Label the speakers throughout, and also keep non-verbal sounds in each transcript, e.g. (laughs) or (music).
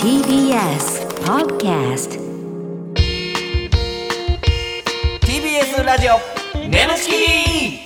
Speaker 1: TBS Podcast
Speaker 2: TBS ラジオ
Speaker 3: ネムチ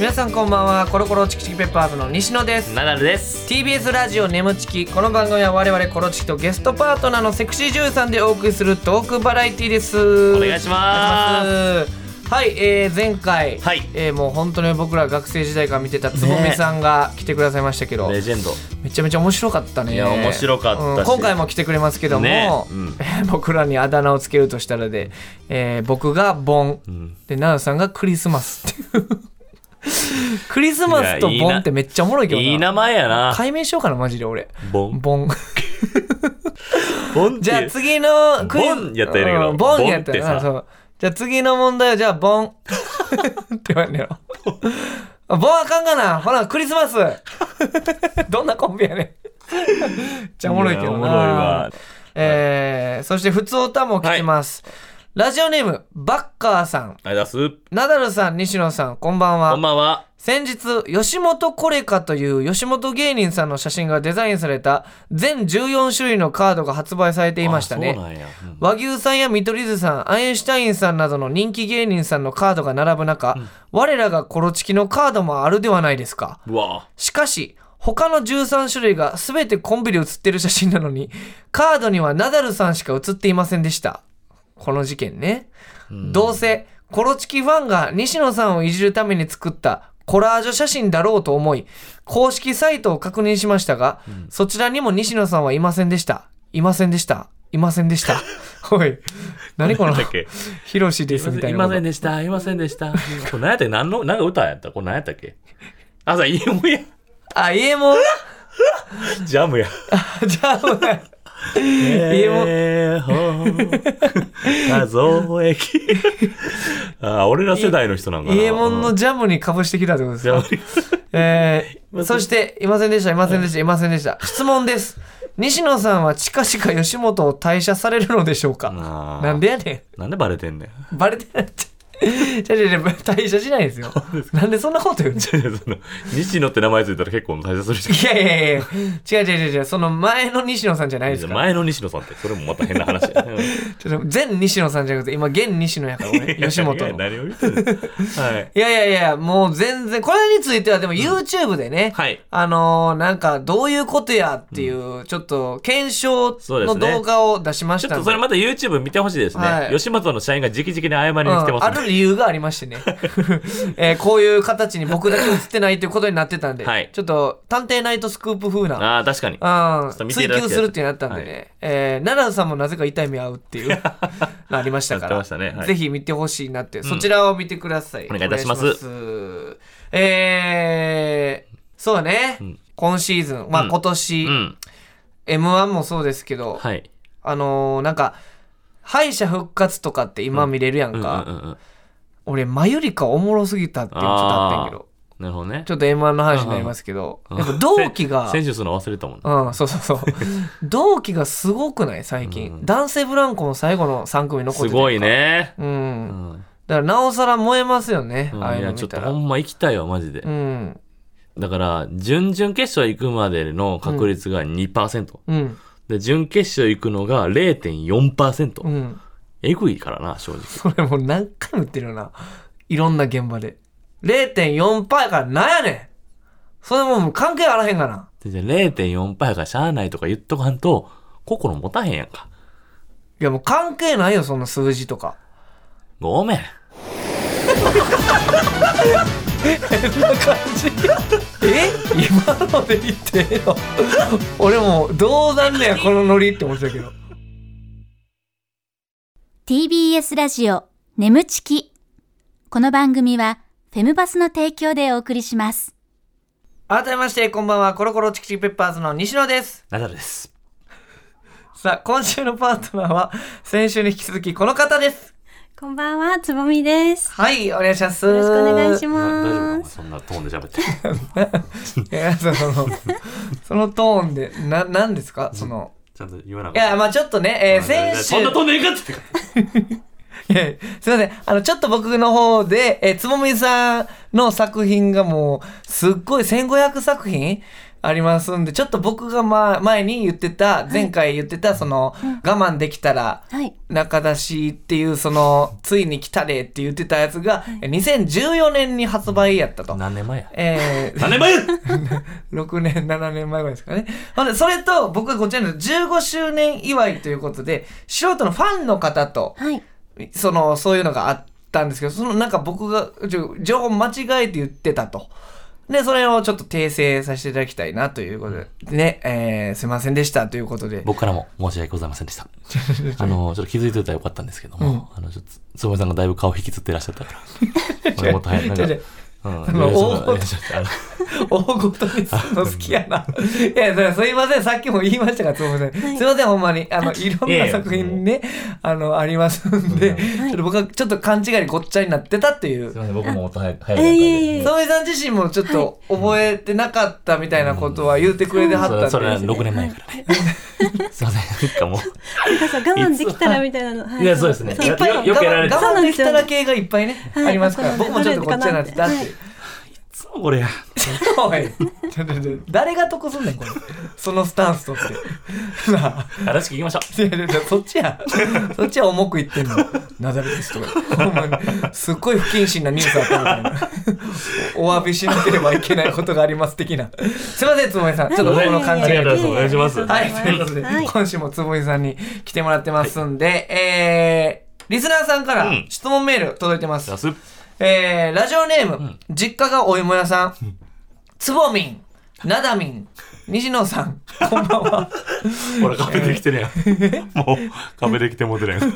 Speaker 2: 皆さんこんばんはコロコロチキチキペッパーズの西野で
Speaker 3: キ
Speaker 2: す
Speaker 3: ナダルです。
Speaker 2: TBS ラジオネムチキこの番組は我々コロチキとゲストパートナーのセクシー女優さんでお送りするトークバラエティーです
Speaker 3: お願いします
Speaker 2: はい、えー、前回、
Speaker 3: はい
Speaker 2: えーもう本当に僕ら学生時代から見てたつぼみさんが来てくださいましたけど、
Speaker 3: レジェンド。
Speaker 2: めちゃめちゃ面白かったね
Speaker 3: いや面白かったし
Speaker 2: うん今回も来てくれますけども、
Speaker 3: ねうん
Speaker 2: (laughs) 僕らにあだ名をつけるとしたらで、えー僕がボン、で奈良さんがクリスマスっていうクリスマスと
Speaker 3: いやいい
Speaker 2: ボン
Speaker 3: な
Speaker 2: ってめっちゃおもろいけどない
Speaker 3: い名前やな。
Speaker 2: 解明しようかなマジで俺
Speaker 3: ボン。
Speaker 2: ボン
Speaker 3: ボンって。
Speaker 2: じゃあ。次のクイズ
Speaker 3: ボンやったらいいんだけど
Speaker 2: うんボンやった
Speaker 3: ボンって
Speaker 2: ら
Speaker 3: さ
Speaker 2: うんそうじゃあ次の問題はじゃあボン (laughs) って言われんねやろあボンあかんかなほらクリスマ (laughs) スどんなコンビやねん
Speaker 3: (laughs)
Speaker 2: めっちゃおもろいけどな
Speaker 3: おもろいわ。
Speaker 2: えーそして普通歌も聞きます、ラジオネームバッカーさん
Speaker 3: ありがとうございます。
Speaker 2: ナダルさん西野さんこんばんは
Speaker 3: こんばんは。
Speaker 2: 先日吉本コレカという吉本芸人さんの写真がデザインされた全14種類のカードが発売されていました
Speaker 3: あそう
Speaker 2: ね
Speaker 3: なんや。うん
Speaker 2: 和牛さんや見取り図さんアインシュタインさんなどの人気芸人さんのカードが並ぶ中、我らがコロチキのカードもあるではないですか
Speaker 3: うわ。
Speaker 2: しかし他の13種類が全てコンビで写ってる写真なのにカードにはナダルさんしか写っていませんでしたこの事件ね、どうせコロチキファンが西野さんをいじるために作ったコラージュ写真だろうと思い公式サイトを確認しましたが、そちらにも西野さんはいませんでしたいませんでしたいませんでした
Speaker 3: (laughs)
Speaker 2: おい何この
Speaker 3: なんだっけ
Speaker 2: ヒロシで
Speaker 3: い
Speaker 2: すみたいな
Speaker 3: ま
Speaker 2: こと
Speaker 3: せんでした。いませんでした。これ何やったっけ何の、何か歌やったこれ何やったっけあ、さ、いいもんや。
Speaker 2: あ家も
Speaker 3: ジャムや。
Speaker 2: じ
Speaker 3: (laughs)
Speaker 2: ゃあお前
Speaker 3: い
Speaker 2: いもん
Speaker 3: 数
Speaker 2: (laughs)
Speaker 3: えき。あ、俺ら世代の人なんかな。
Speaker 2: イエモンのジャムにかぶしてきたってことです
Speaker 3: ジャ
Speaker 2: か
Speaker 3: ム。
Speaker 2: えー、そして、いませんでした、いませんでした、いませんでした。質問です。西野さんは近々吉本を退社されるのでしょうか
Speaker 3: あー
Speaker 2: なんでやね
Speaker 3: なんでバレてんねん。
Speaker 2: ん。バレてないって。じゃじゃじゃ退社しないですよ。なんでそんなこと言うんじゃ
Speaker 3: その西野って名前ついたら結構大切するじゃん
Speaker 2: いやいやいや違う違う違う違う、その前の西野さんじゃないですから。
Speaker 3: 前の西野さんってそれもまた変な
Speaker 2: (laughs)
Speaker 3: 話やうん
Speaker 2: ちょっと前西野さんじゃなくて、今現西野やから俺、吉本
Speaker 3: いや
Speaker 2: の。
Speaker 3: 何を言
Speaker 2: (laughs)
Speaker 3: ってんのはい
Speaker 2: いやいやいや、もう全然、これについてはでも YouTube でね、
Speaker 3: はい
Speaker 2: あのーなんかどういうことやっていう、ちょっと検証
Speaker 3: そうで
Speaker 2: の
Speaker 3: すね
Speaker 2: 動画を出しま
Speaker 3: ち
Speaker 2: し
Speaker 3: ょったと
Speaker 2: ん
Speaker 3: そ
Speaker 2: で
Speaker 3: れまた YouTube 見てほしいですね、
Speaker 2: はい
Speaker 3: 吉本の社員が直々に謝りに来て
Speaker 2: うんあ
Speaker 3: ます、
Speaker 2: る理由がありましてね、 (laughs) えーこういう形に僕だけ映ってないということになってたんで、
Speaker 3: はい
Speaker 2: ちょっと探偵ナイトスクープ風な
Speaker 3: ああ確か
Speaker 2: う
Speaker 3: に
Speaker 2: ん
Speaker 3: ちょっと見て
Speaker 2: 追
Speaker 3: いただきた
Speaker 2: 求
Speaker 3: い
Speaker 2: するってなったんでね、
Speaker 3: は
Speaker 2: えー奈良さんもなぜか痛い目合うっていう
Speaker 3: (laughs)
Speaker 2: のありましたか
Speaker 3: やって
Speaker 2: ら
Speaker 3: ましたねはい
Speaker 2: ぜひ見てほしいなって、そちらを見てください
Speaker 3: お願いいたします
Speaker 2: お願いしますえー、そうだね、今シーズンまあ
Speaker 3: うん
Speaker 2: 今年、
Speaker 3: うん
Speaker 2: m 1もそうですけど、
Speaker 3: はい
Speaker 2: あのーなんか敗者復活とかって今見れるやんか、
Speaker 3: うんうんうんうん
Speaker 2: 俺マユリカおもろすぎたっていうのちょっとあったんやけど
Speaker 3: なるほどね
Speaker 2: ちょっと m 1の話になりますけど、やっぱ同期
Speaker 3: (laughs)
Speaker 2: が
Speaker 3: 選手するの忘れたもんな
Speaker 2: うん、そうそう
Speaker 3: (laughs)
Speaker 2: そう。同期がすごくない最近、男性ブランコの最後の3組残って
Speaker 3: す
Speaker 2: て
Speaker 3: ごい。ね
Speaker 2: う。
Speaker 3: うんん
Speaker 2: だからなおさら燃えますよね。
Speaker 3: うん
Speaker 2: ああい
Speaker 3: いう
Speaker 2: の
Speaker 3: やちょ
Speaker 2: 見
Speaker 3: ったと
Speaker 2: ら。
Speaker 3: ほ
Speaker 2: うん
Speaker 3: ま行きたいわマジで
Speaker 2: ん。
Speaker 3: だから準々決勝行くまでの確率が2%、
Speaker 2: うん。
Speaker 3: で準決勝行くのが0.4%、
Speaker 2: うん。
Speaker 3: えぐいからな正直
Speaker 2: それもう何回も言ってるよな。いろんな現場で。0.4%やからなんやねんそれもう関係あらへんがな。
Speaker 3: でじゃあ0.4パーがしゃあないとか言っとかんと心持たへんやんか
Speaker 2: いやもう関係ないよ、そんな数字とか。
Speaker 3: ごめん
Speaker 2: な感じえ (laughs) 今ので言ってよ俺もうどうなんねやこのノリって思ってたけど
Speaker 4: TBS ラジオ眠ちきこの番組はフェムバスの提供でお送りします
Speaker 2: 改めましてこんばんはコロコロチキチキペッパーズの西野です
Speaker 3: ナダルです
Speaker 2: さあ今週のパートナーは先週に引き続きこの方です
Speaker 5: こんばんは、つぼみです。
Speaker 2: はいお願いします
Speaker 5: よろしくお願いし
Speaker 3: 大丈夫かお
Speaker 5: ま
Speaker 3: 前
Speaker 5: す。
Speaker 3: そんなトーンで喋って
Speaker 2: いやそのそのトーンでな何ですかその
Speaker 3: ちゃんと言わなかっ
Speaker 2: い
Speaker 3: た
Speaker 2: やまあちょっとね、えー、先週
Speaker 3: そんなトーンでいいかって
Speaker 2: いやすいません。あの、ちょっと僕の方で、えーつぼみさんの作品がもう、すっごい1500作品、あありますんでちょっと僕が、ま、前に言ってた前回言ってたその、我慢できたら
Speaker 5: はい。
Speaker 2: 中出しっていうそのついに来たでって言ってたやつが2014年に発売やったと。
Speaker 3: 何年前や
Speaker 2: えー
Speaker 3: 何年前や
Speaker 2: 6年、7年前ぐらいですかね。ほんで、それと、僕がこちらの15周年祝いということで、素人のファンの方と、
Speaker 5: はい。
Speaker 2: その、そういうのがあったんですけど、そのなんか僕が、ちょ情報間違えて言ってたと。で、それをちょっと訂正させていただきたいなということで、ね、えー、すいませんでしたということで。
Speaker 3: 僕からも申し訳ございませんでした。あの、ちょっと気づいておいたらよかったんですけども、あの、ちょっと、つぼみさんがだいぶ顔引きずってらっしゃった
Speaker 5: (laughs)
Speaker 3: から。俺も大変なんか
Speaker 2: ちょちょ
Speaker 3: うん
Speaker 2: あの
Speaker 3: いろいろ
Speaker 2: 大ごと
Speaker 3: ちょっとあの
Speaker 2: 大ごとにするの好きやな。いや、だからすいません、さっきも言いましたが、すいません。すいません、ほんまに。あの、いろん
Speaker 3: い
Speaker 2: な
Speaker 3: やいや
Speaker 2: 作品ね、あの、ありますんで、ちょっと僕はちょっと勘違いにごっちゃになってたっていう
Speaker 3: すい。ません、僕ももっと早く、早
Speaker 5: えいえいえ
Speaker 3: く。
Speaker 2: 沙織さん自身もちょっと覚えてなかったみたいなことは言うてくれてはったんで、
Speaker 3: それは6年前やからね。 (laughs) すいません、なんかもう。
Speaker 5: なんかそう、我慢できたらみたいなの。はい
Speaker 3: や、そうですね。
Speaker 5: い
Speaker 3: よ
Speaker 5: っぱい。
Speaker 3: よくやられて
Speaker 2: 我
Speaker 3: る。
Speaker 2: 慢我慢できただけがいっぱいね、
Speaker 5: はい
Speaker 2: ありますから、
Speaker 5: そう
Speaker 2: 僕
Speaker 5: なんです
Speaker 2: もちょっとこっちゃなってたって (laughs) いう。
Speaker 3: そうこれや。
Speaker 2: おいちょちょちょ誰が得すんねん、これ。そのスタンスとって。 (laughs) なあ。
Speaker 3: 話聞きましょう。
Speaker 2: いやいやいやそっち
Speaker 3: (laughs)
Speaker 2: や。そっちは重く言ってんの。なだれですとか。ほんまにすっごい不謹慎なニュースだったみたいな。お詫びしなければいけないことがあります的な。すいません、つもりさん。ちょっと僕の勘違い
Speaker 3: あり
Speaker 2: で
Speaker 3: がとうございます。お願いしま
Speaker 2: は
Speaker 3: す。
Speaker 2: い、ということで、
Speaker 5: はい
Speaker 2: 今週もつぼいさんに来てもらってますんで、えー、リスナーさんか
Speaker 3: う
Speaker 2: ら
Speaker 3: ん
Speaker 2: 質問メール届いてます。
Speaker 3: 出す。
Speaker 2: えー、ラジオネーム、実家がお芋屋さん、つぼみん、なだみん、西野さん、こんばんは。
Speaker 3: ほら、カフェできて (laughs) るやん。もう、カフェできてもうてるやん。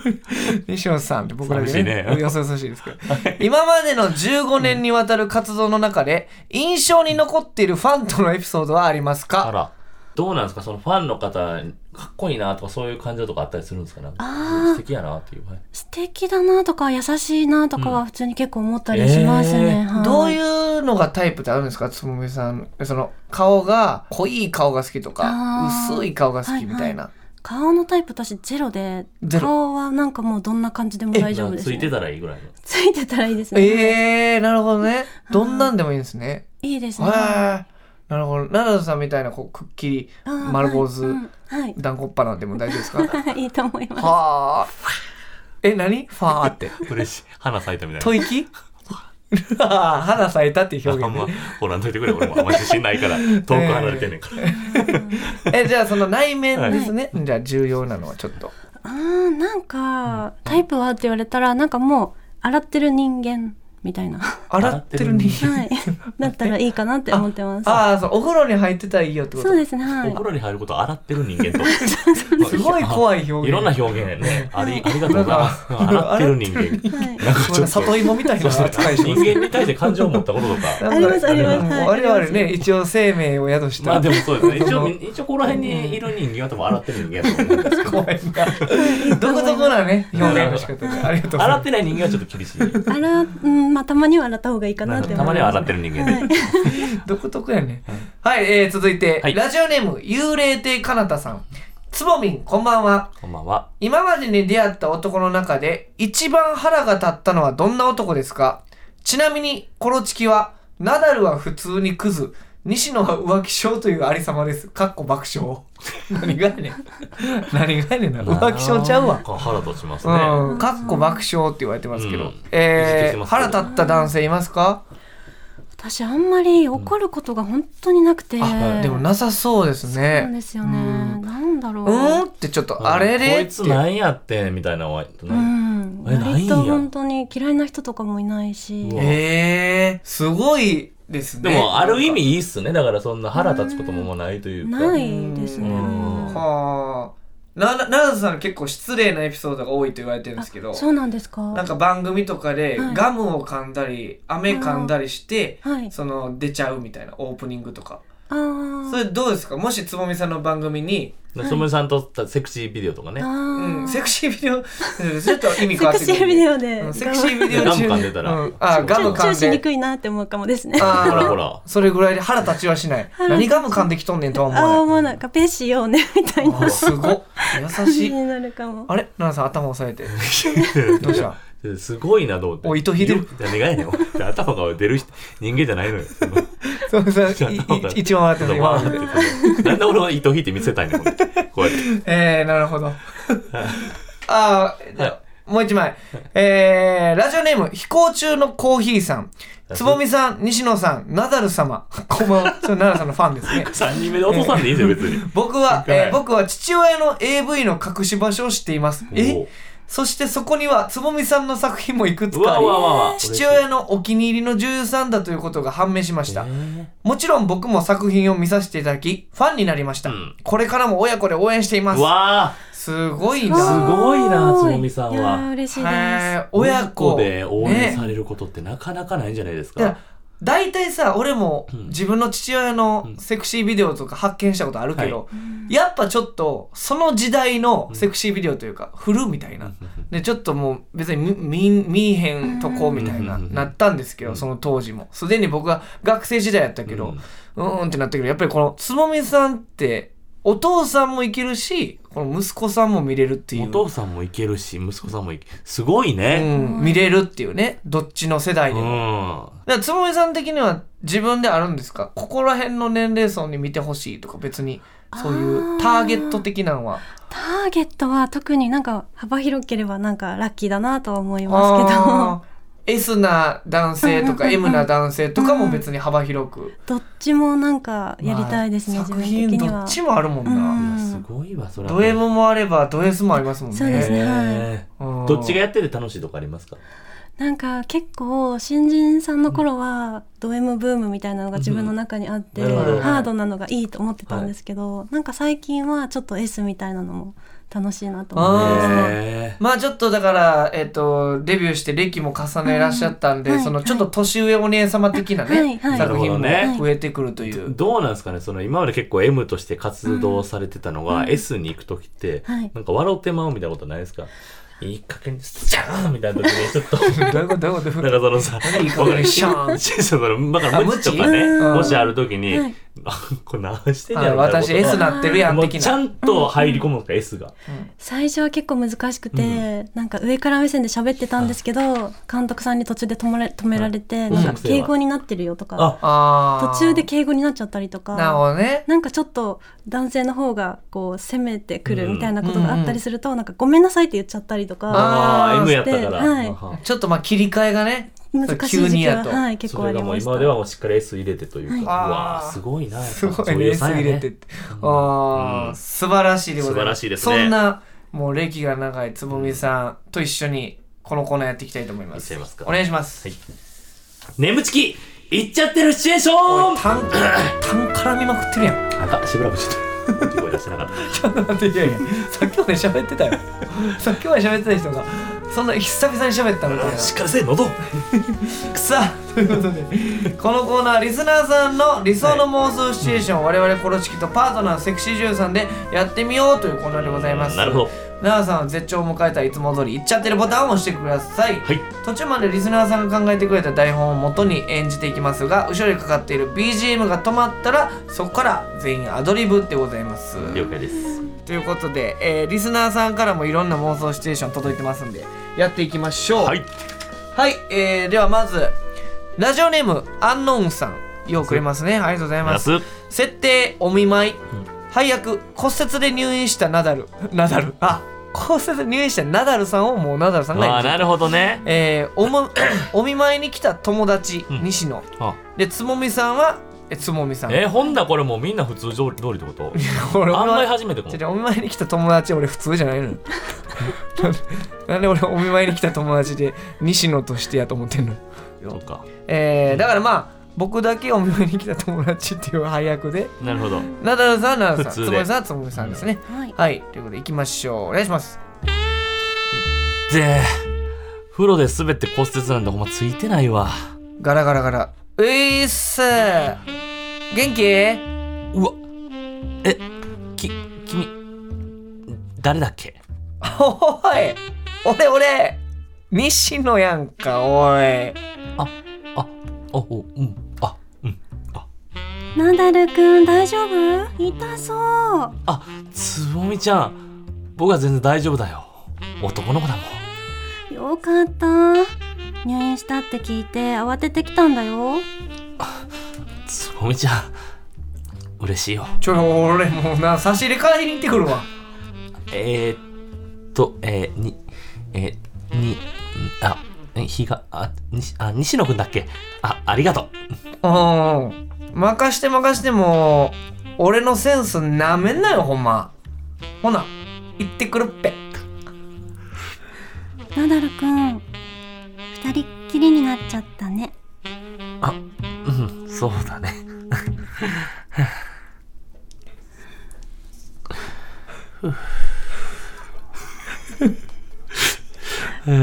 Speaker 2: 西野さんって僕ら
Speaker 3: 寂し
Speaker 2: で
Speaker 3: い
Speaker 2: ね
Speaker 3: ね、
Speaker 2: よそよそしいですけど。今までの15年にわたる活動の中で、印象に残っているファンとのエピソードはあります
Speaker 3: あ、
Speaker 2: から
Speaker 3: どうなんですかそのファンの方、かっこいいなとかそういう感情とかあったりするんですかなんか素敵やなっていう。はい
Speaker 5: 素敵だなとか、優しいなとかは普通に結構思ったりします
Speaker 3: うんえ
Speaker 5: ね。
Speaker 3: ー
Speaker 5: は
Speaker 2: どういうのがタイプってあるんですかつぼみさん。その、顔が、濃い顔が好きとか
Speaker 5: あ、ー
Speaker 2: 薄い顔が好きみたいな。
Speaker 5: 顔のタイプ私ゼロで
Speaker 2: ゼロ
Speaker 5: 顔はなんかもうどんな感じでも大丈夫です、
Speaker 3: つ
Speaker 5: ね、
Speaker 3: いてたらいいぐらいの。
Speaker 5: ついてたらいいですね、
Speaker 2: ええー、なるほどね。どんなんでもいいんですね。
Speaker 5: いいです
Speaker 2: へ
Speaker 5: ね
Speaker 2: ーなるほど。奈良田さんみたいな、こう、くっきり、
Speaker 5: あー
Speaker 2: 丸坊
Speaker 5: はい
Speaker 2: 主
Speaker 5: う、んはい、
Speaker 2: 団子っぱなんでも大丈夫ですか
Speaker 5: (laughs) いいと思います
Speaker 2: はあ。え、何ファーって。
Speaker 3: 嬉しい。花咲いたみた
Speaker 2: 吐
Speaker 3: い (laughs)
Speaker 2: 息ああ、花咲いたっていう
Speaker 3: な。あ
Speaker 2: 表
Speaker 3: ん
Speaker 2: 現ね
Speaker 3: ま、ほらんといてくれ。俺もあんまり自信ないから、遠く離れてんねんから。
Speaker 2: え、じゃあその内面ですね。じゃあ重要なのはちょっと。
Speaker 5: (laughs) あーなんかタイプはって言われたらなんかもう洗ってる人間みたいなは
Speaker 2: 洗ってる人間。
Speaker 5: いだったらいいか (laughs) なって思ってます
Speaker 2: ああ、そう、お風呂に入ってたらいいよってこと
Speaker 5: そうですねは
Speaker 3: お
Speaker 5: い
Speaker 3: 風呂に入ること洗ってる人間
Speaker 5: (laughs)
Speaker 3: と。
Speaker 2: すごい怖い表現
Speaker 3: いろんな表現ね。あり、ありがとうございます。洗ってる人間。
Speaker 5: はい
Speaker 3: なんかちょっと。
Speaker 2: 里芋みたいな
Speaker 3: そう
Speaker 2: 扱いし
Speaker 3: 人
Speaker 2: ます。
Speaker 3: 間に対して感情を持ったこととか。
Speaker 5: (laughs) ありますありますはい
Speaker 2: 我々ね、一応生命を宿した。
Speaker 3: (laughs) まあでもそうですね。一応、一応ここら辺にいる人間は多分洗ってる人間だと思うんですけど。
Speaker 2: 怖いな。 (laughs) 独特な
Speaker 3: (laughs)
Speaker 2: ね、表現の仕方で。ありがとうござい
Speaker 3: 洗っ
Speaker 2: ます。
Speaker 3: てない人間はちょっと厳しい。
Speaker 5: 洗ううんまあたまには洗った方がいいかなって思い
Speaker 3: たまには洗って
Speaker 5: る
Speaker 3: る人間で。
Speaker 2: 独特やね。はい、えー続いて
Speaker 3: は、い
Speaker 2: ラジオネーム、幽霊亭かなたさん。つぼみん、こんばんは。
Speaker 3: こんばんは。
Speaker 2: 今までに出会った男の中で一番腹が立ったのはどんな男ですかちなみにコロチキはナダルは普通にクズ西野は浮気症というありさまです。かっこ爆笑。
Speaker 3: (laughs)
Speaker 2: 何がやねん。何がやねんな。浮気症ちゃうわ。
Speaker 3: 腹立ちますね。
Speaker 2: うん、かっこ爆笑って言われてますけど、
Speaker 3: うんいじっ
Speaker 2: え
Speaker 3: て
Speaker 2: ー、
Speaker 3: きますけど
Speaker 2: 腹立った男性いますか、
Speaker 5: 私あんまり怒ることが本当になくて、
Speaker 2: あでもなさそうです
Speaker 5: そうなん
Speaker 2: ね
Speaker 5: ですよね、なんだろう、
Speaker 2: うんってちょっとあれれ
Speaker 3: こい
Speaker 2: って
Speaker 3: つなんやってんみたいなのは、
Speaker 5: うん、
Speaker 3: えないん
Speaker 5: 割
Speaker 3: や
Speaker 5: と本当に嫌いな人とかもいないし
Speaker 3: うわ
Speaker 2: えー、すごいです
Speaker 3: で
Speaker 2: ね
Speaker 3: もある意味いいっすね。だからそんな腹立つことももうないというか。
Speaker 5: ないですね、
Speaker 3: うん
Speaker 5: うん
Speaker 2: はあ。な、ななずさん結構失礼なエピソードが多いと言われてるんですけど、
Speaker 5: そうなんですか
Speaker 2: なんか番組とかで
Speaker 5: はい
Speaker 2: ガムを噛んだり、飴噛んだりして、
Speaker 5: はい
Speaker 2: その出ちゃうみたいなオープニングとか。
Speaker 5: あー
Speaker 2: それどうですかもしつぼみさんの番組に、
Speaker 3: でつむさんとセクシービデオとかね。
Speaker 5: あ
Speaker 3: ガ
Speaker 2: うん、
Speaker 5: ー
Speaker 2: セクシービデオ、ちょっと意味変わ
Speaker 5: セ
Speaker 2: って
Speaker 5: ク
Speaker 2: くる
Speaker 5: シービデオで、
Speaker 2: うんセクシービデオ
Speaker 3: ム
Speaker 2: 中
Speaker 3: 噛んでた
Speaker 2: う
Speaker 3: ら
Speaker 2: ん。あ、ガム
Speaker 5: チューし
Speaker 2: 噛ん
Speaker 5: に
Speaker 2: で。
Speaker 5: くいなって思うかもですねあ
Speaker 2: あー
Speaker 3: ほらほら
Speaker 2: それぐらいで腹立ちはしない。何ガム噛んできとんねんとは思
Speaker 5: あー
Speaker 2: わ
Speaker 5: もうなんかペーしようねみたいな
Speaker 2: ない。あすごっ。優
Speaker 5: 感
Speaker 2: し
Speaker 5: (laughs) じ
Speaker 2: い。
Speaker 5: になるかも
Speaker 3: (laughs)
Speaker 2: あれ奈々さん頭押さえて。どうした
Speaker 3: (laughs) すごいなと思って。
Speaker 2: お糸引いてる
Speaker 3: よ (laughs) じゃあ願いねん。俺頭が出る人人間じゃない
Speaker 2: (laughs)
Speaker 3: のよ。その (laughs)
Speaker 2: そうそういい一番笑ってた今まで
Speaker 3: 頭がなんで俺は糸引いて見せたいのこれ
Speaker 2: (laughs)
Speaker 3: こうやって。
Speaker 2: えー、なるほど。あーじゃあ
Speaker 3: (laughs)
Speaker 2: もう一枚。えー、ラジオネーム、飛行中のコーヒーさん。つぼみさん、西野さん、ナダル様。こんばんは。それナダルさんのファンですね。
Speaker 3: 3人目で落とさんでいいですよ、別に。
Speaker 2: 僕は、
Speaker 3: はい
Speaker 2: えー僕は父親の AV の隠し場所を知っています。
Speaker 3: お
Speaker 2: (laughs)
Speaker 3: う
Speaker 2: えそしてそこには、つぼみさんの作品もいくつ
Speaker 3: うわ
Speaker 2: かあ
Speaker 3: うわう
Speaker 2: り、
Speaker 3: わうわ。
Speaker 2: 父親のお気に入りの女優さんだということが判明しました。もちろん僕も作品を見させていただき、ファンになりました。
Speaker 3: ん
Speaker 2: これからも親子で応援しています
Speaker 3: う。わあ。
Speaker 2: すごい
Speaker 3: す
Speaker 2: な。
Speaker 3: ごいな
Speaker 5: すごい
Speaker 3: つぼみさんはい
Speaker 5: やー嬉しいです。
Speaker 2: はい親子
Speaker 3: で応援さ
Speaker 2: ね
Speaker 3: れることってなかなかないんじゃないです
Speaker 2: だから
Speaker 3: か。
Speaker 2: 大体さ俺も
Speaker 3: うん
Speaker 2: 自分の父親の
Speaker 3: うん
Speaker 2: セクシービデオとか発見したことあるけど、やっぱちょっとその時代のセクシービデオというか、古みたいな、でちょっともう別に見見見えへんとこみたいな、
Speaker 3: うん
Speaker 2: なったんですけど、
Speaker 3: うん
Speaker 2: その当時もすでに僕が学生時代やったけど、
Speaker 3: うん
Speaker 2: うーんってなったけどやっぱりこのつぼみさんってお父さんもいけるしこの息子さんも見れるっていう
Speaker 3: お父さんもいけるし、息子さんもいけすごいうね。
Speaker 2: ん、見れるっていうねどっちの世代
Speaker 3: う
Speaker 2: でも。
Speaker 3: ん。
Speaker 2: だからつぼみさん的には自分であるんですかここら辺の年齢層に見てほしいとか別にそういうターゲット的なのは
Speaker 5: ターゲットは特になんか幅広ければなんかラッキーだなとは思います
Speaker 2: あー S な男性とか M な男性とかも別に幅広く
Speaker 5: (laughs) けど、どっちもなんか (laughs) やりたいですね、
Speaker 2: まあ作
Speaker 5: 自分的
Speaker 2: 品
Speaker 5: に
Speaker 2: ど
Speaker 5: は
Speaker 2: っ。ちもあるもんな、
Speaker 5: うん
Speaker 3: すごいわ、それは。
Speaker 2: ド M もあればド S もありますもんね
Speaker 5: そうですね
Speaker 3: ね
Speaker 2: うん
Speaker 3: どっちがやってて楽しいとこありますか
Speaker 5: なんか結構新人さんの頃はド M ブームみたいなのが自分の中にあって、
Speaker 3: うんなるほど
Speaker 5: ハードなのがいいと思ってたんですけど、なんか最近はちょっと S みたいなのも楽しいなと思って。
Speaker 2: あー
Speaker 3: ね
Speaker 2: まあちょっとだから、えっとデビューして歴も重ねらっしゃったんで、
Speaker 5: うんはい
Speaker 2: そのちょっと年上お姉様的なね、
Speaker 5: はいはい
Speaker 2: 作品も
Speaker 3: なるほど
Speaker 5: ね
Speaker 2: 増えてくると
Speaker 5: (laughs)
Speaker 2: いう、
Speaker 3: どうなんですかねその今まで結構 M として活動されてたのが S に行く時って
Speaker 5: はい
Speaker 3: なんか笑ってまうみたいなことないですかいい加減にスチャーンみたいな時にちょ
Speaker 2: (laughs)
Speaker 3: っと
Speaker 2: どういうことどういうこと
Speaker 3: なんかそのさ
Speaker 2: いい加減にシャーン
Speaker 3: そうそうだから無知とか
Speaker 2: あ
Speaker 3: ね
Speaker 2: 無知うん
Speaker 3: もしある時に
Speaker 5: はい
Speaker 3: あこれ何してん
Speaker 2: は
Speaker 3: ねや
Speaker 2: い、
Speaker 3: ろみたいなこと
Speaker 2: 私 S なってるやん
Speaker 3: もう
Speaker 2: 的
Speaker 3: ちゃ
Speaker 2: な。
Speaker 3: んと入り込むんですか S が
Speaker 5: 最初は結構難しくて、なんか上から目線で喋ってたんですけど監督さんに途中で止め止められて、
Speaker 3: ん
Speaker 5: なんか敬語になってるよとか
Speaker 3: あ
Speaker 2: あ
Speaker 5: 途中で敬語になっちゃったりとか
Speaker 2: なるほどね。
Speaker 5: なんかちょっと男性の方がこう攻めてくるみたいなことがあったりすると、なんかごめんなさいって言っちゃったりとか、
Speaker 2: あ
Speaker 3: あ
Speaker 2: ー
Speaker 3: ー M やったから
Speaker 5: はい
Speaker 3: あは
Speaker 2: ちょっとまあ切り替えがね、
Speaker 5: 難しい
Speaker 2: 急
Speaker 5: 時
Speaker 2: に
Speaker 5: 期
Speaker 2: や
Speaker 5: は、
Speaker 2: と。
Speaker 5: はい、結
Speaker 3: そ
Speaker 5: 構あ
Speaker 3: れ
Speaker 5: り
Speaker 3: がもう
Speaker 5: ました
Speaker 3: 今ではもうしっかり S 入れてというか、
Speaker 5: はいう
Speaker 3: わあすごいなやっぱ
Speaker 2: すごい
Speaker 3: 女
Speaker 2: ね、
Speaker 3: 優
Speaker 2: す
Speaker 3: さん
Speaker 2: ぐ
Speaker 3: や
Speaker 2: 入れてって。あ
Speaker 3: う
Speaker 2: あ、
Speaker 3: ん
Speaker 2: 素晴らしいでございます。
Speaker 3: 素晴らしいですね
Speaker 2: そんな、もう歴が長いつぼみさんと一緒に、このコーナーやっていきたいと思いま
Speaker 3: いっ
Speaker 2: す。
Speaker 3: ちゃいますか
Speaker 2: お願いします。
Speaker 3: はい眠ちき行っちゃってるシチュエーション
Speaker 2: タン、タン絡みまくってるやん。 (laughs)
Speaker 3: あかしばらくちょっと声出してなかった
Speaker 2: ちょっと待って、いやいや、さっきまで喋ってたよ。さっきまで喋ってた人が、そんな久々に喋ったのに。
Speaker 3: (laughs) しっかりせえ喉
Speaker 2: くさということでこのコーナーリスナーさんの理想の妄想シチュエーションを、我々コロチキとパートナーセクシー女優さんでやってみようというコーナーでございます
Speaker 3: なるほど
Speaker 2: 奈良さんは絶頂を迎えたらいつも通り「いっちゃってる」ボタンを押してください、
Speaker 3: はい
Speaker 2: 途中までリスナーさんが考えてくれた台本を元に演じていきますが後ろにかかっている BGM が止まったらそこから全員アドリブでございます
Speaker 3: 了解です
Speaker 2: ということで、えーリスナーさんからもいろんな妄想シチュエーション届いてますんでやっていきましょう
Speaker 3: はい
Speaker 2: はい、えー、ではまずラジオネームアンノーンさんようくれますねありがとうございます
Speaker 3: 夏
Speaker 2: 設定お見舞い、配役骨折で入院したナダル (laughs) ナダルあ骨折で入院したナダルさんをもうナダルさんが
Speaker 3: あ
Speaker 2: 演
Speaker 3: あ
Speaker 2: じる
Speaker 3: なるほどね
Speaker 2: えーおも (coughs) お見舞いに来た友達、
Speaker 3: うん
Speaker 2: 西野
Speaker 3: あ
Speaker 2: でつもみさんはえつもみさん
Speaker 3: えー、ほんならこれもうみんな普通通り通りってこと
Speaker 2: これお
Speaker 3: あん
Speaker 2: 見
Speaker 3: ま
Speaker 2: 舞
Speaker 3: り
Speaker 2: い
Speaker 3: 初めてかも
Speaker 2: ちょちょお見舞いに来た友達俺普通じゃない (laughs) のよなんでなんで俺お見舞いに来た友達で西野としてやと思ってんの
Speaker 3: そっか
Speaker 2: えー、だからまあ僕だけお見舞いに来た友達っていう配役で
Speaker 3: なるほど
Speaker 2: ナダルさんナダルさん
Speaker 3: 普
Speaker 2: つ
Speaker 3: 通で
Speaker 2: もりさんつもりさんですね、
Speaker 5: はい
Speaker 2: はいということでいきましょうお願いします
Speaker 3: で風呂で滑って骨折なんてほんまついてないわ
Speaker 2: ガラガラガラういっす元気
Speaker 3: うわえき君誰だっけ
Speaker 2: おい俺俺西野やんかおい
Speaker 3: ああおうんあうんあ
Speaker 5: ナダルくん大丈夫痛そう
Speaker 3: あつぼみちゃん僕は全然大丈夫だよ男の子だもん
Speaker 5: よよかった入院したって聞いて慌ててきたんだよ
Speaker 3: つぼみちゃん嬉しいよ
Speaker 2: ちょ俺もうな差し入れ買いに行ってくるわ
Speaker 3: えー、っとえー、にえー、にんあえ日があにしあ西野くんだっけあありがと
Speaker 2: うん任して任しても俺のセンスなめんなよほんまほな行ってくるっぺ
Speaker 5: ナダルくん二人っきりになっちゃったね
Speaker 3: ううんそうだね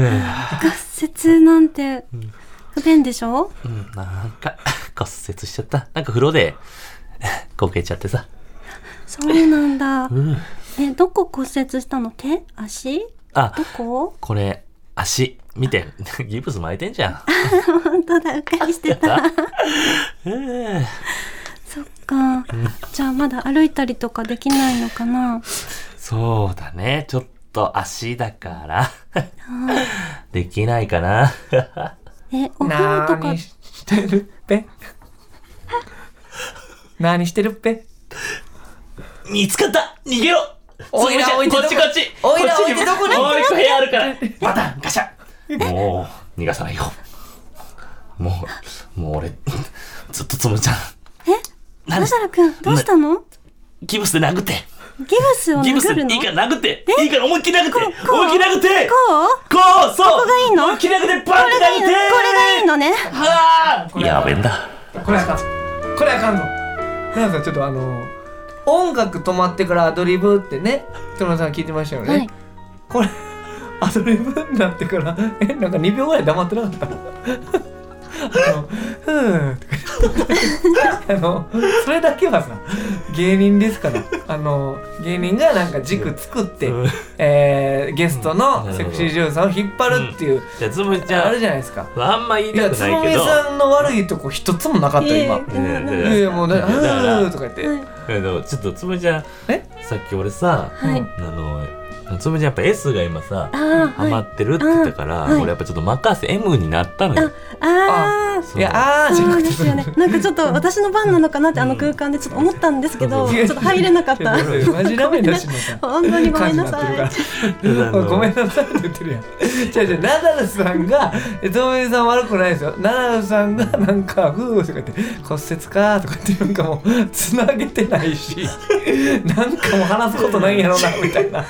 Speaker 5: 骨折なんて不便でしょ
Speaker 3: うんなんか骨折しちゃったなんか風呂で (laughs) こけちゃってさ
Speaker 5: そうなんだ
Speaker 3: うん
Speaker 5: えどこ骨折したの手足
Speaker 3: あ
Speaker 5: どこ
Speaker 3: これ足見て (laughs) ギブス巻いてんじゃん
Speaker 5: 本当だうっかりしてた (laughs)
Speaker 3: ええ
Speaker 5: そっかじゃあまだ歩いたりとかできないのかな
Speaker 3: そうだねちょっと足だから
Speaker 5: (laughs)
Speaker 3: できないかな
Speaker 5: えお風呂
Speaker 2: な
Speaker 5: と
Speaker 2: ー
Speaker 5: か
Speaker 2: にしてるっ
Speaker 5: (laughs)
Speaker 2: ぺなーにしてるっぺ
Speaker 3: 見つかった逃げろ
Speaker 2: おいら
Speaker 3: すませ
Speaker 2: 置
Speaker 3: ん
Speaker 2: いて
Speaker 3: こっち
Speaker 2: ど
Speaker 3: こ
Speaker 2: こ
Speaker 3: っち
Speaker 2: おいら
Speaker 3: こっち
Speaker 2: 置いてどこに
Speaker 3: もう一個部屋あるから
Speaker 5: (laughs)
Speaker 3: バタンガシャンもう逃がさないよもうもう俺ずっとつむちゃんえ
Speaker 5: ナ
Speaker 3: 何し
Speaker 5: ダルくんどうしたの
Speaker 3: ギブスで殴って
Speaker 5: ギブスを
Speaker 3: ギブス
Speaker 5: 殴るの
Speaker 3: いいから殴っていいから思いっきり殴って
Speaker 5: こうこう
Speaker 3: 思いっきり殴って
Speaker 5: こう
Speaker 3: こうそうこ
Speaker 5: こがいいの
Speaker 3: 思いっきり殴ってバンって
Speaker 5: これがいい
Speaker 3: 殴っ
Speaker 5: の
Speaker 3: て
Speaker 5: これがいいのね
Speaker 3: はあやべんだ
Speaker 2: これあかんこれあかんのなんかちょっとあの音楽止まってからアドリブってね人野さん聞いてましたよね、
Speaker 5: はい
Speaker 2: これアドリブになってからえなんか2秒ぐらい黙ってなかった (laughs) あの「ふーん」とか言って (laughs) あのそれだけはさ芸人ですからあの芸人がなんか軸作って、
Speaker 3: うん
Speaker 2: えーゲストのセクシー女優さんを引っ張るっていう、
Speaker 3: じゃあつむちゃ
Speaker 2: ある
Speaker 3: ん
Speaker 2: じゃないですか。
Speaker 3: あんま言い
Speaker 2: いや
Speaker 3: たく
Speaker 2: つ
Speaker 3: ない
Speaker 2: ぼ
Speaker 3: け
Speaker 2: み
Speaker 3: ど
Speaker 2: さんの悪いとこ一つもなかった
Speaker 5: いえいえ
Speaker 2: 今。
Speaker 5: うん
Speaker 3: いやい
Speaker 2: い
Speaker 3: や
Speaker 2: やいやもうだ、
Speaker 3: だから
Speaker 2: うーとか言って。
Speaker 5: はい
Speaker 3: えでもちょっとつむちゃん
Speaker 2: え
Speaker 3: さっき俺さ
Speaker 5: はい
Speaker 3: あのつむちゃんやっぱ S が今さ
Speaker 5: ああ
Speaker 3: ハマ
Speaker 5: はい
Speaker 3: ってるって言ったから
Speaker 5: はい
Speaker 3: 俺やっぱちょっと任せ M になったのよ
Speaker 5: ああ
Speaker 3: そ
Speaker 2: いうや、あーじゃな
Speaker 5: そ
Speaker 2: く
Speaker 5: うで
Speaker 2: て
Speaker 5: す
Speaker 2: (laughs)
Speaker 5: よね。なんかちょっと私の番なのかなってあの空間でちょっと思ったんですけど、
Speaker 3: うん
Speaker 5: ちょっと入れなかっ
Speaker 2: いや
Speaker 5: た。
Speaker 2: いやいやマジラメだしのさ。
Speaker 5: 本当にごめんなさい。
Speaker 3: あの
Speaker 2: ごめんなさいって言ってるやん。じゃじゃナダルさんが、え、ともみさん悪くないですよ。ナダルさんがなんか、ふーとか言って、骨折かーとか言って、なんかもう、つなげてないし、なんかもう話すことないんやろな、みたいな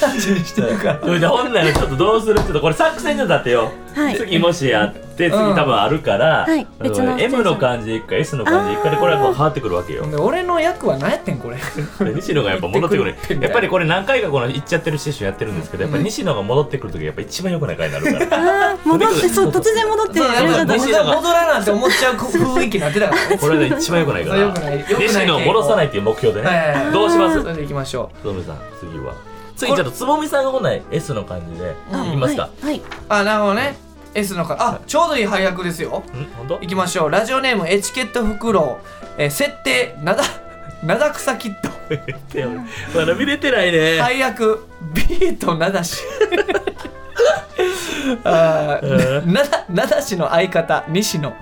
Speaker 2: 感じにしてるから。
Speaker 3: それで本来ちょっとどうするちょっとこれ作戦じゃだってよ、
Speaker 5: はい
Speaker 3: 次もしやって次多分あるから、
Speaker 5: はい別の出演者
Speaker 3: M の感じでいくか S の感じでいくかでこれはこう変わってくるわけよ
Speaker 2: で俺の役は何やってん、これ。
Speaker 3: で西野がやっぱ戻って
Speaker 2: 行
Speaker 3: くる
Speaker 2: ってくる
Speaker 3: やっぱりこれ何回かこの行っちゃってるシシュやってるんですけどやっぱり西野が戻ってくる時やっぱ一番良くない回になるから
Speaker 5: ああ、戻って、そう、突然戻って、
Speaker 2: そう
Speaker 5: あれだ
Speaker 2: な
Speaker 5: っ
Speaker 2: ん
Speaker 5: た
Speaker 2: か
Speaker 3: ね
Speaker 5: んです
Speaker 2: 戻ら戻らなんて思っちゃう雰囲気になってた
Speaker 5: (laughs)
Speaker 2: からね。
Speaker 3: これが一番良くないか
Speaker 2: そう良くない良くな
Speaker 3: ら
Speaker 2: い
Speaker 3: 西野を戻さないっていう目標で
Speaker 2: はいはいは
Speaker 3: ね
Speaker 2: い
Speaker 3: どうします
Speaker 2: それでいきましょう。
Speaker 3: つぼみさん次は次ちょっとつぼみさんが本来 S の感じで
Speaker 5: あ
Speaker 3: いきますか、
Speaker 5: はい。はい
Speaker 2: あ、なるほどね。S の方。あ、ちょうどいい配役ですよ。
Speaker 3: ん本当
Speaker 2: いきましょう。ラジオネームエチケットフクロウ。えー設定、な (laughs) だ、なだくさキッド。
Speaker 3: (laughs) 手をまだ見れてないね、
Speaker 2: 配役、ビートなだし。 (laughs) あーなだなだしの相方西野、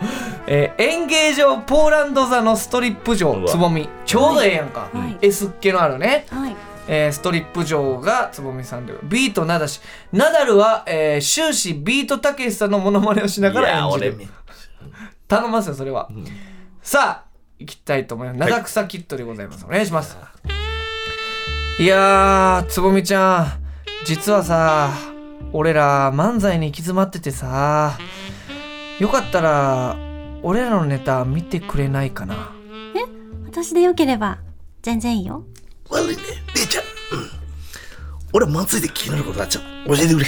Speaker 2: えー、演芸場ポーランド座のストリップ
Speaker 3: う
Speaker 2: 場
Speaker 3: わ
Speaker 2: つぼみちょうどええやんか、
Speaker 5: はい
Speaker 2: S っ気のあるね
Speaker 5: はい。
Speaker 2: えーストリップ嬢がつぼみさんでビートなだしナダルは、えー終始ビートたけしさんのモノマネをしないがら
Speaker 3: や
Speaker 2: 演じ
Speaker 3: 俺
Speaker 2: る頼ますよそれは、
Speaker 3: ん
Speaker 2: さあ行きたいと思います長草キットでございます、お願いしますいやーつぼみちゃん実はさ俺ら漫才に行き詰まっててさよかったら俺らのネタ見てくれないかな
Speaker 5: 私でよければ、全然いいよ。
Speaker 6: 悪いね、姉ちゃん。うん俺はついで気になることがあっちゃう。教えてくれ。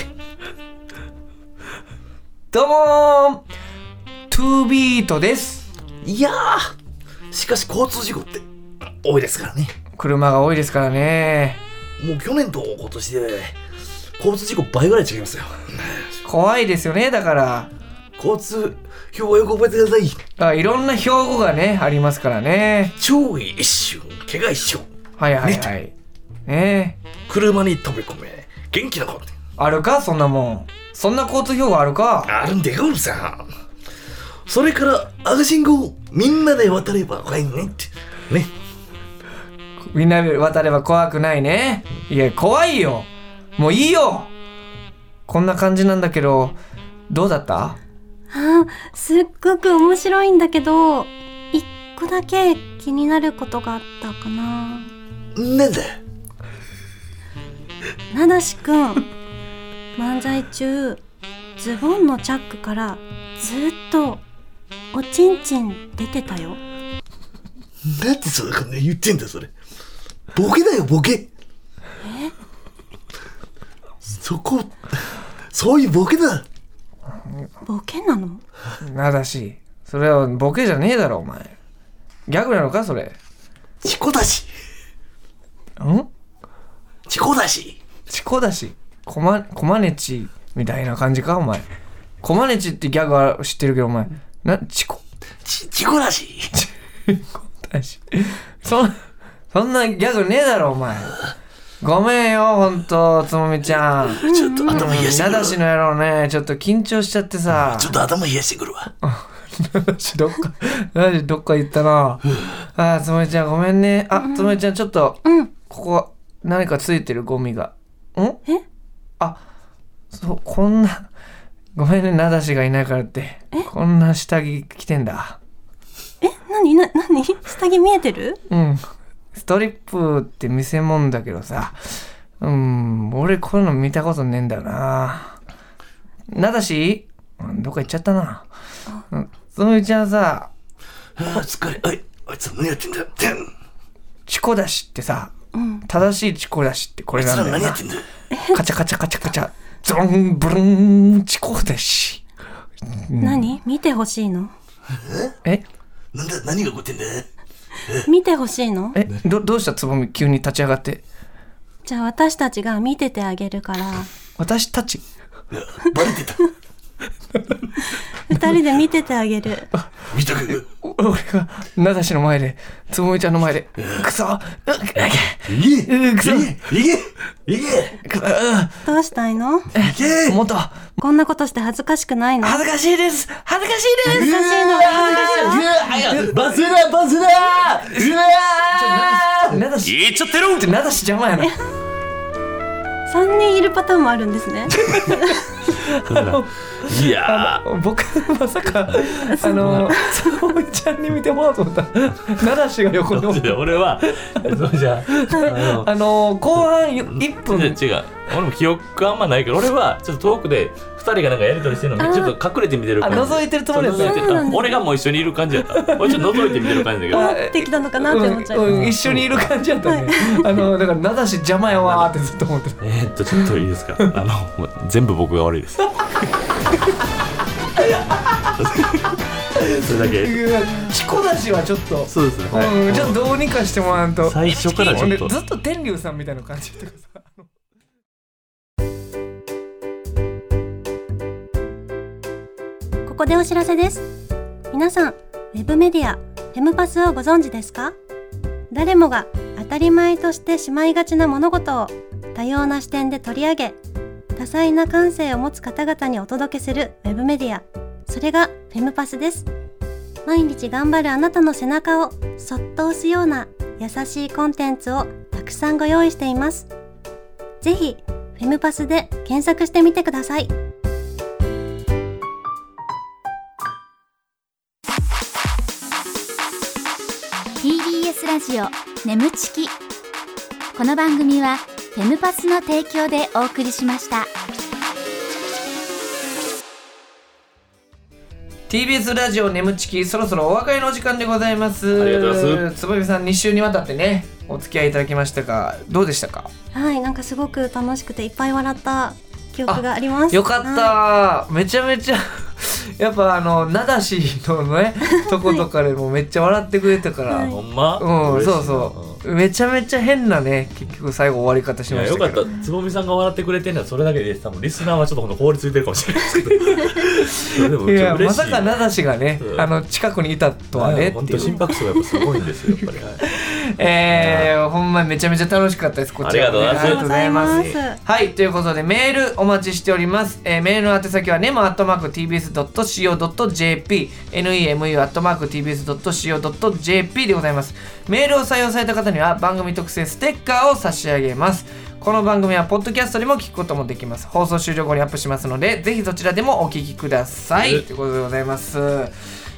Speaker 2: どうもートゥービートです
Speaker 6: いやー、しかし交通事故って多いですからね。
Speaker 2: 車が多いですからね
Speaker 6: もう去年と今年で交通事故倍ぐらい違いますよ。
Speaker 2: 怖いですよねだから
Speaker 6: 交通標語をよく覚えてください。
Speaker 2: あいろんな標語がねありますからね
Speaker 6: 超一瞬、怪我一生。
Speaker 2: はいはいはいねえ
Speaker 6: 車に飛び込め、元気な子って。
Speaker 2: あるかそんなもんそんな交通標語あるか
Speaker 6: あるんでゴンさんそれから赤信号みんなで渡れば怖いねってね
Speaker 2: みんなで渡れば怖くないねいや怖いよもういいよこんな感じなんだけどどうだった
Speaker 5: あすっごく面白いんだけど一個だけ気になることがあったかな
Speaker 6: なんだ
Speaker 5: なだしくん漫才中ズボンのチャックからずっとおちんちん出てたよ
Speaker 6: なんでそんなこと言ってんだそれボケだよボケそこそういうボケだ
Speaker 5: ボケなの
Speaker 2: なだしそれはボケじゃねえだろお前ギャグなのかそれ
Speaker 6: チコだし
Speaker 2: ん
Speaker 6: チコだし
Speaker 2: チコだしコマコマネチみたいな感じかお前コマネチってギャグは知ってるけどお前なチコ
Speaker 6: チチコだし
Speaker 2: だしそんそんなギャグねえだろお前ごめんよほんとつもみちゃん
Speaker 6: ちょっと頭冷やして
Speaker 2: な
Speaker 6: くる
Speaker 2: だ
Speaker 6: わ
Speaker 2: し
Speaker 6: ち
Speaker 2: の野郎ねちょっと緊張しちゃってさ
Speaker 6: ょっと頭冷やしてくるわ
Speaker 2: どっか、なんでどっか行ったな。ああ、つむぎちゃんごめんね。あ、つむぎちゃんちょっと、
Speaker 5: うん
Speaker 2: ここ、何かついてるゴミが。ん
Speaker 5: え
Speaker 2: あ、そう、こんな、ごめんね、なだしがいないからって。こんな下着着てんだ。
Speaker 5: え何な何下着見えてる
Speaker 2: うん。ストリップって見せ物だけどさ。うん、俺こういうの見たことねえんだよな。なだしうんどっか行っちゃったな。うんつむぎちゃんさ、
Speaker 6: あー疲れおいあいつ何やってんだてん
Speaker 2: チコだしってさ、正しいチコだしってこれ
Speaker 6: あいつ
Speaker 2: なんだ
Speaker 6: ら
Speaker 2: よ
Speaker 6: 何や
Speaker 2: な
Speaker 6: ってんだ
Speaker 2: カチャカチャカチャカチャゾンブルンチコだし
Speaker 5: 何見てほしいの
Speaker 2: え
Speaker 6: なんだ何が起こってんだ
Speaker 5: 見てほしいの
Speaker 2: えどどうしたつぼみ急に立ち上がって
Speaker 5: じゃあ私たちが見ててあげるから
Speaker 2: 私たち
Speaker 6: バレてた
Speaker 5: 二人で見ててあげる
Speaker 6: 見たく
Speaker 2: お俺がなだしの前でつぼみちゃんの前でクソうっ
Speaker 6: いけ
Speaker 2: うっくそ
Speaker 6: いけいけいけ
Speaker 2: くう
Speaker 5: どうしたいの
Speaker 6: いけ
Speaker 2: っもっと
Speaker 5: こんなことして恥ずかしくないの
Speaker 2: 恥ずかしいです恥ずかしいです
Speaker 5: 恥ずかしいのが恥ずかしいの
Speaker 6: バズだバズだうわ
Speaker 2: なだし言っちゃってるってなだし邪魔やな
Speaker 5: 3人いるパターンもあるんですね
Speaker 6: いや
Speaker 2: 僕まさかあのつぼみちゃんに見てもらおうと思ったなだしが横におって
Speaker 3: で俺はそうじゃ
Speaker 2: (laughs)
Speaker 3: あ
Speaker 2: あのー、後半よ1
Speaker 3: の違
Speaker 2: 分
Speaker 3: う違う俺も記憶あんまないから俺はちょっと遠くで2人がなんかやり取りしてるのにちょっと隠れて見てる感じ
Speaker 2: あ覗いてるつもりだった
Speaker 3: そう覗いてた俺がもう一緒にいる感じやった俺ちょっと覗いて見てる感じだけど
Speaker 5: 戻ってきたのかなって思っちゃ
Speaker 2: うん
Speaker 5: う
Speaker 2: うん一緒にいる感じやったね、あのーだから名だし邪魔やわーってずっと思ってた
Speaker 3: えーっとちょっといいです
Speaker 2: (laughs)
Speaker 3: かあのもう全部僕が悪いですそれだけ
Speaker 2: うわチコだしはちょっと
Speaker 3: そうですね、
Speaker 2: う
Speaker 3: は
Speaker 2: ん
Speaker 3: い、
Speaker 2: ちょっとどうにかしてもらわんと
Speaker 3: 最初からちょっ
Speaker 2: ほ
Speaker 3: と
Speaker 2: んでずっと天竜さんみたいな感じとかさ
Speaker 5: ここでお知らせです。皆さん、ウェブメディア、フェムパスをご存知ですか誰もが当たり前としてしまいがちな物事を多様な視点で取り上げ、多彩な感性を持つ方々にお届けするウェブメディア、それがフェムパスです。毎日頑張るあなたの背中をそっと押すような優しいコンテンツをたくさんご用意しています。ぜひ、フェムパスで検索してみてください。
Speaker 4: TBS ラジオ眠ちきこの番組はフェムパスの提供でお送りしました
Speaker 2: TBS ラジオ眠ちきそろそろお別れの時間でございます
Speaker 3: ありがとうございます
Speaker 2: つぼみさん2週にわたってねお付き合いいただきましたがどうでしたか
Speaker 5: はい、なんかすごく楽しくていっぱい笑った記憶があります。
Speaker 2: よかっ
Speaker 5: は
Speaker 2: ためちゃめちゃ (laughs) やっぱあの名だしの
Speaker 3: (laughs)
Speaker 2: ねとことかでもめっちゃ笑ってくれたから、
Speaker 3: ほんま
Speaker 2: うん、
Speaker 3: 嬉しいな
Speaker 2: そうそう。めちゃめちゃ変なね、結局最後終わり方し
Speaker 3: い
Speaker 2: ま
Speaker 3: や
Speaker 2: した
Speaker 3: よ
Speaker 2: けど。
Speaker 3: かったつぼみさんが笑ってくれてるのはそれだけで多分リスナーはちょっとこの法律ついてるかもしれないです
Speaker 2: (laughs)
Speaker 3: けどいやでも
Speaker 2: い
Speaker 3: ちょ
Speaker 2: や
Speaker 3: っと嬉しい
Speaker 2: まさかなだしがね
Speaker 3: う、ん
Speaker 2: あの近くにいたとはね
Speaker 3: いや
Speaker 2: っ
Speaker 3: 本
Speaker 2: てい
Speaker 3: 当心
Speaker 2: う。
Speaker 3: 拍数がやっぱすごいんですよやっぱり、はい
Speaker 2: えー、ほんまめちゃめちゃ楽しかったですこちらもね
Speaker 3: ありがとうご
Speaker 5: ざいます
Speaker 2: ありがとうございますはいということでメールお待ちしております、えーメールの宛先は nemo.tbs.co.jp nemu.tbs.co.jp でございますメールを採用された方には番組特製ステッカーを差し上げますこの番組はポッドキャストでも聞くこともできます放送終了後にアップしますのでぜひそちらでもお聞きくださいということでございます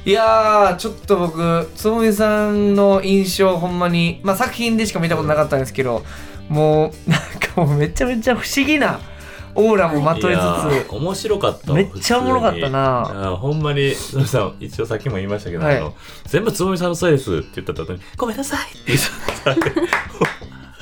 Speaker 2: いやーちょっと僕つぼみさんの印象ほんまに、まあ、作品でしか見たことなかったんですけどもうなんかもうめちゃめちゃ不思議なオーラもまとい
Speaker 3: い
Speaker 2: つ
Speaker 3: やー
Speaker 2: つ
Speaker 3: 面白かったわ
Speaker 2: めっちゃおもろかったな
Speaker 3: 普通にあーほんまに (laughs) つぼみさん一応さっきも言いましたけど、
Speaker 2: はい
Speaker 3: あの全部つぼみさんのせいですって言った後に「ごめんなさい」って言った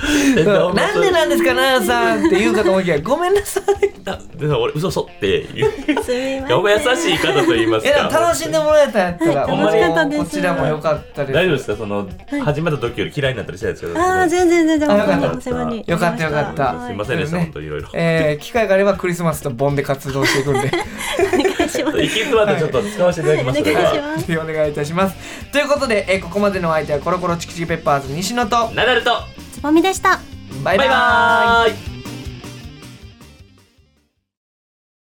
Speaker 2: そう (laughs) なんでなんですか奈良さんって言うかと思いきやごめんなさい
Speaker 3: だ (laughs) でも俺嘘そって言う
Speaker 5: すみま
Speaker 3: いやお前優しい方と言います
Speaker 2: いや
Speaker 3: か
Speaker 2: でも楽しんでもらえたんやったら
Speaker 5: はい
Speaker 3: 楽しか
Speaker 5: ったです
Speaker 2: こちらも良かったです
Speaker 3: 大丈夫ですかその、始まった時より嫌いになったりしてないですけど
Speaker 5: ああ、全然全然、
Speaker 2: あよかった
Speaker 5: 本当にお世話になりました。
Speaker 2: よかったよかった
Speaker 5: は
Speaker 3: すいませんでした、
Speaker 2: はい
Speaker 3: 本当にいろいろ
Speaker 2: えー、機会があればクリスマスとボンで活動していくんで
Speaker 3: 行き詰まってちょっと使わせていただきます
Speaker 5: はいお願いします
Speaker 2: ぜひお願いいたしますということで、えーここまでのお相手はコロコロチキチキペッパーズ西野と
Speaker 3: ナダルと
Speaker 5: つぼみでした。
Speaker 2: バイバ
Speaker 3: バ
Speaker 2: ー
Speaker 3: イ
Speaker 2: イ
Speaker 3: バーイ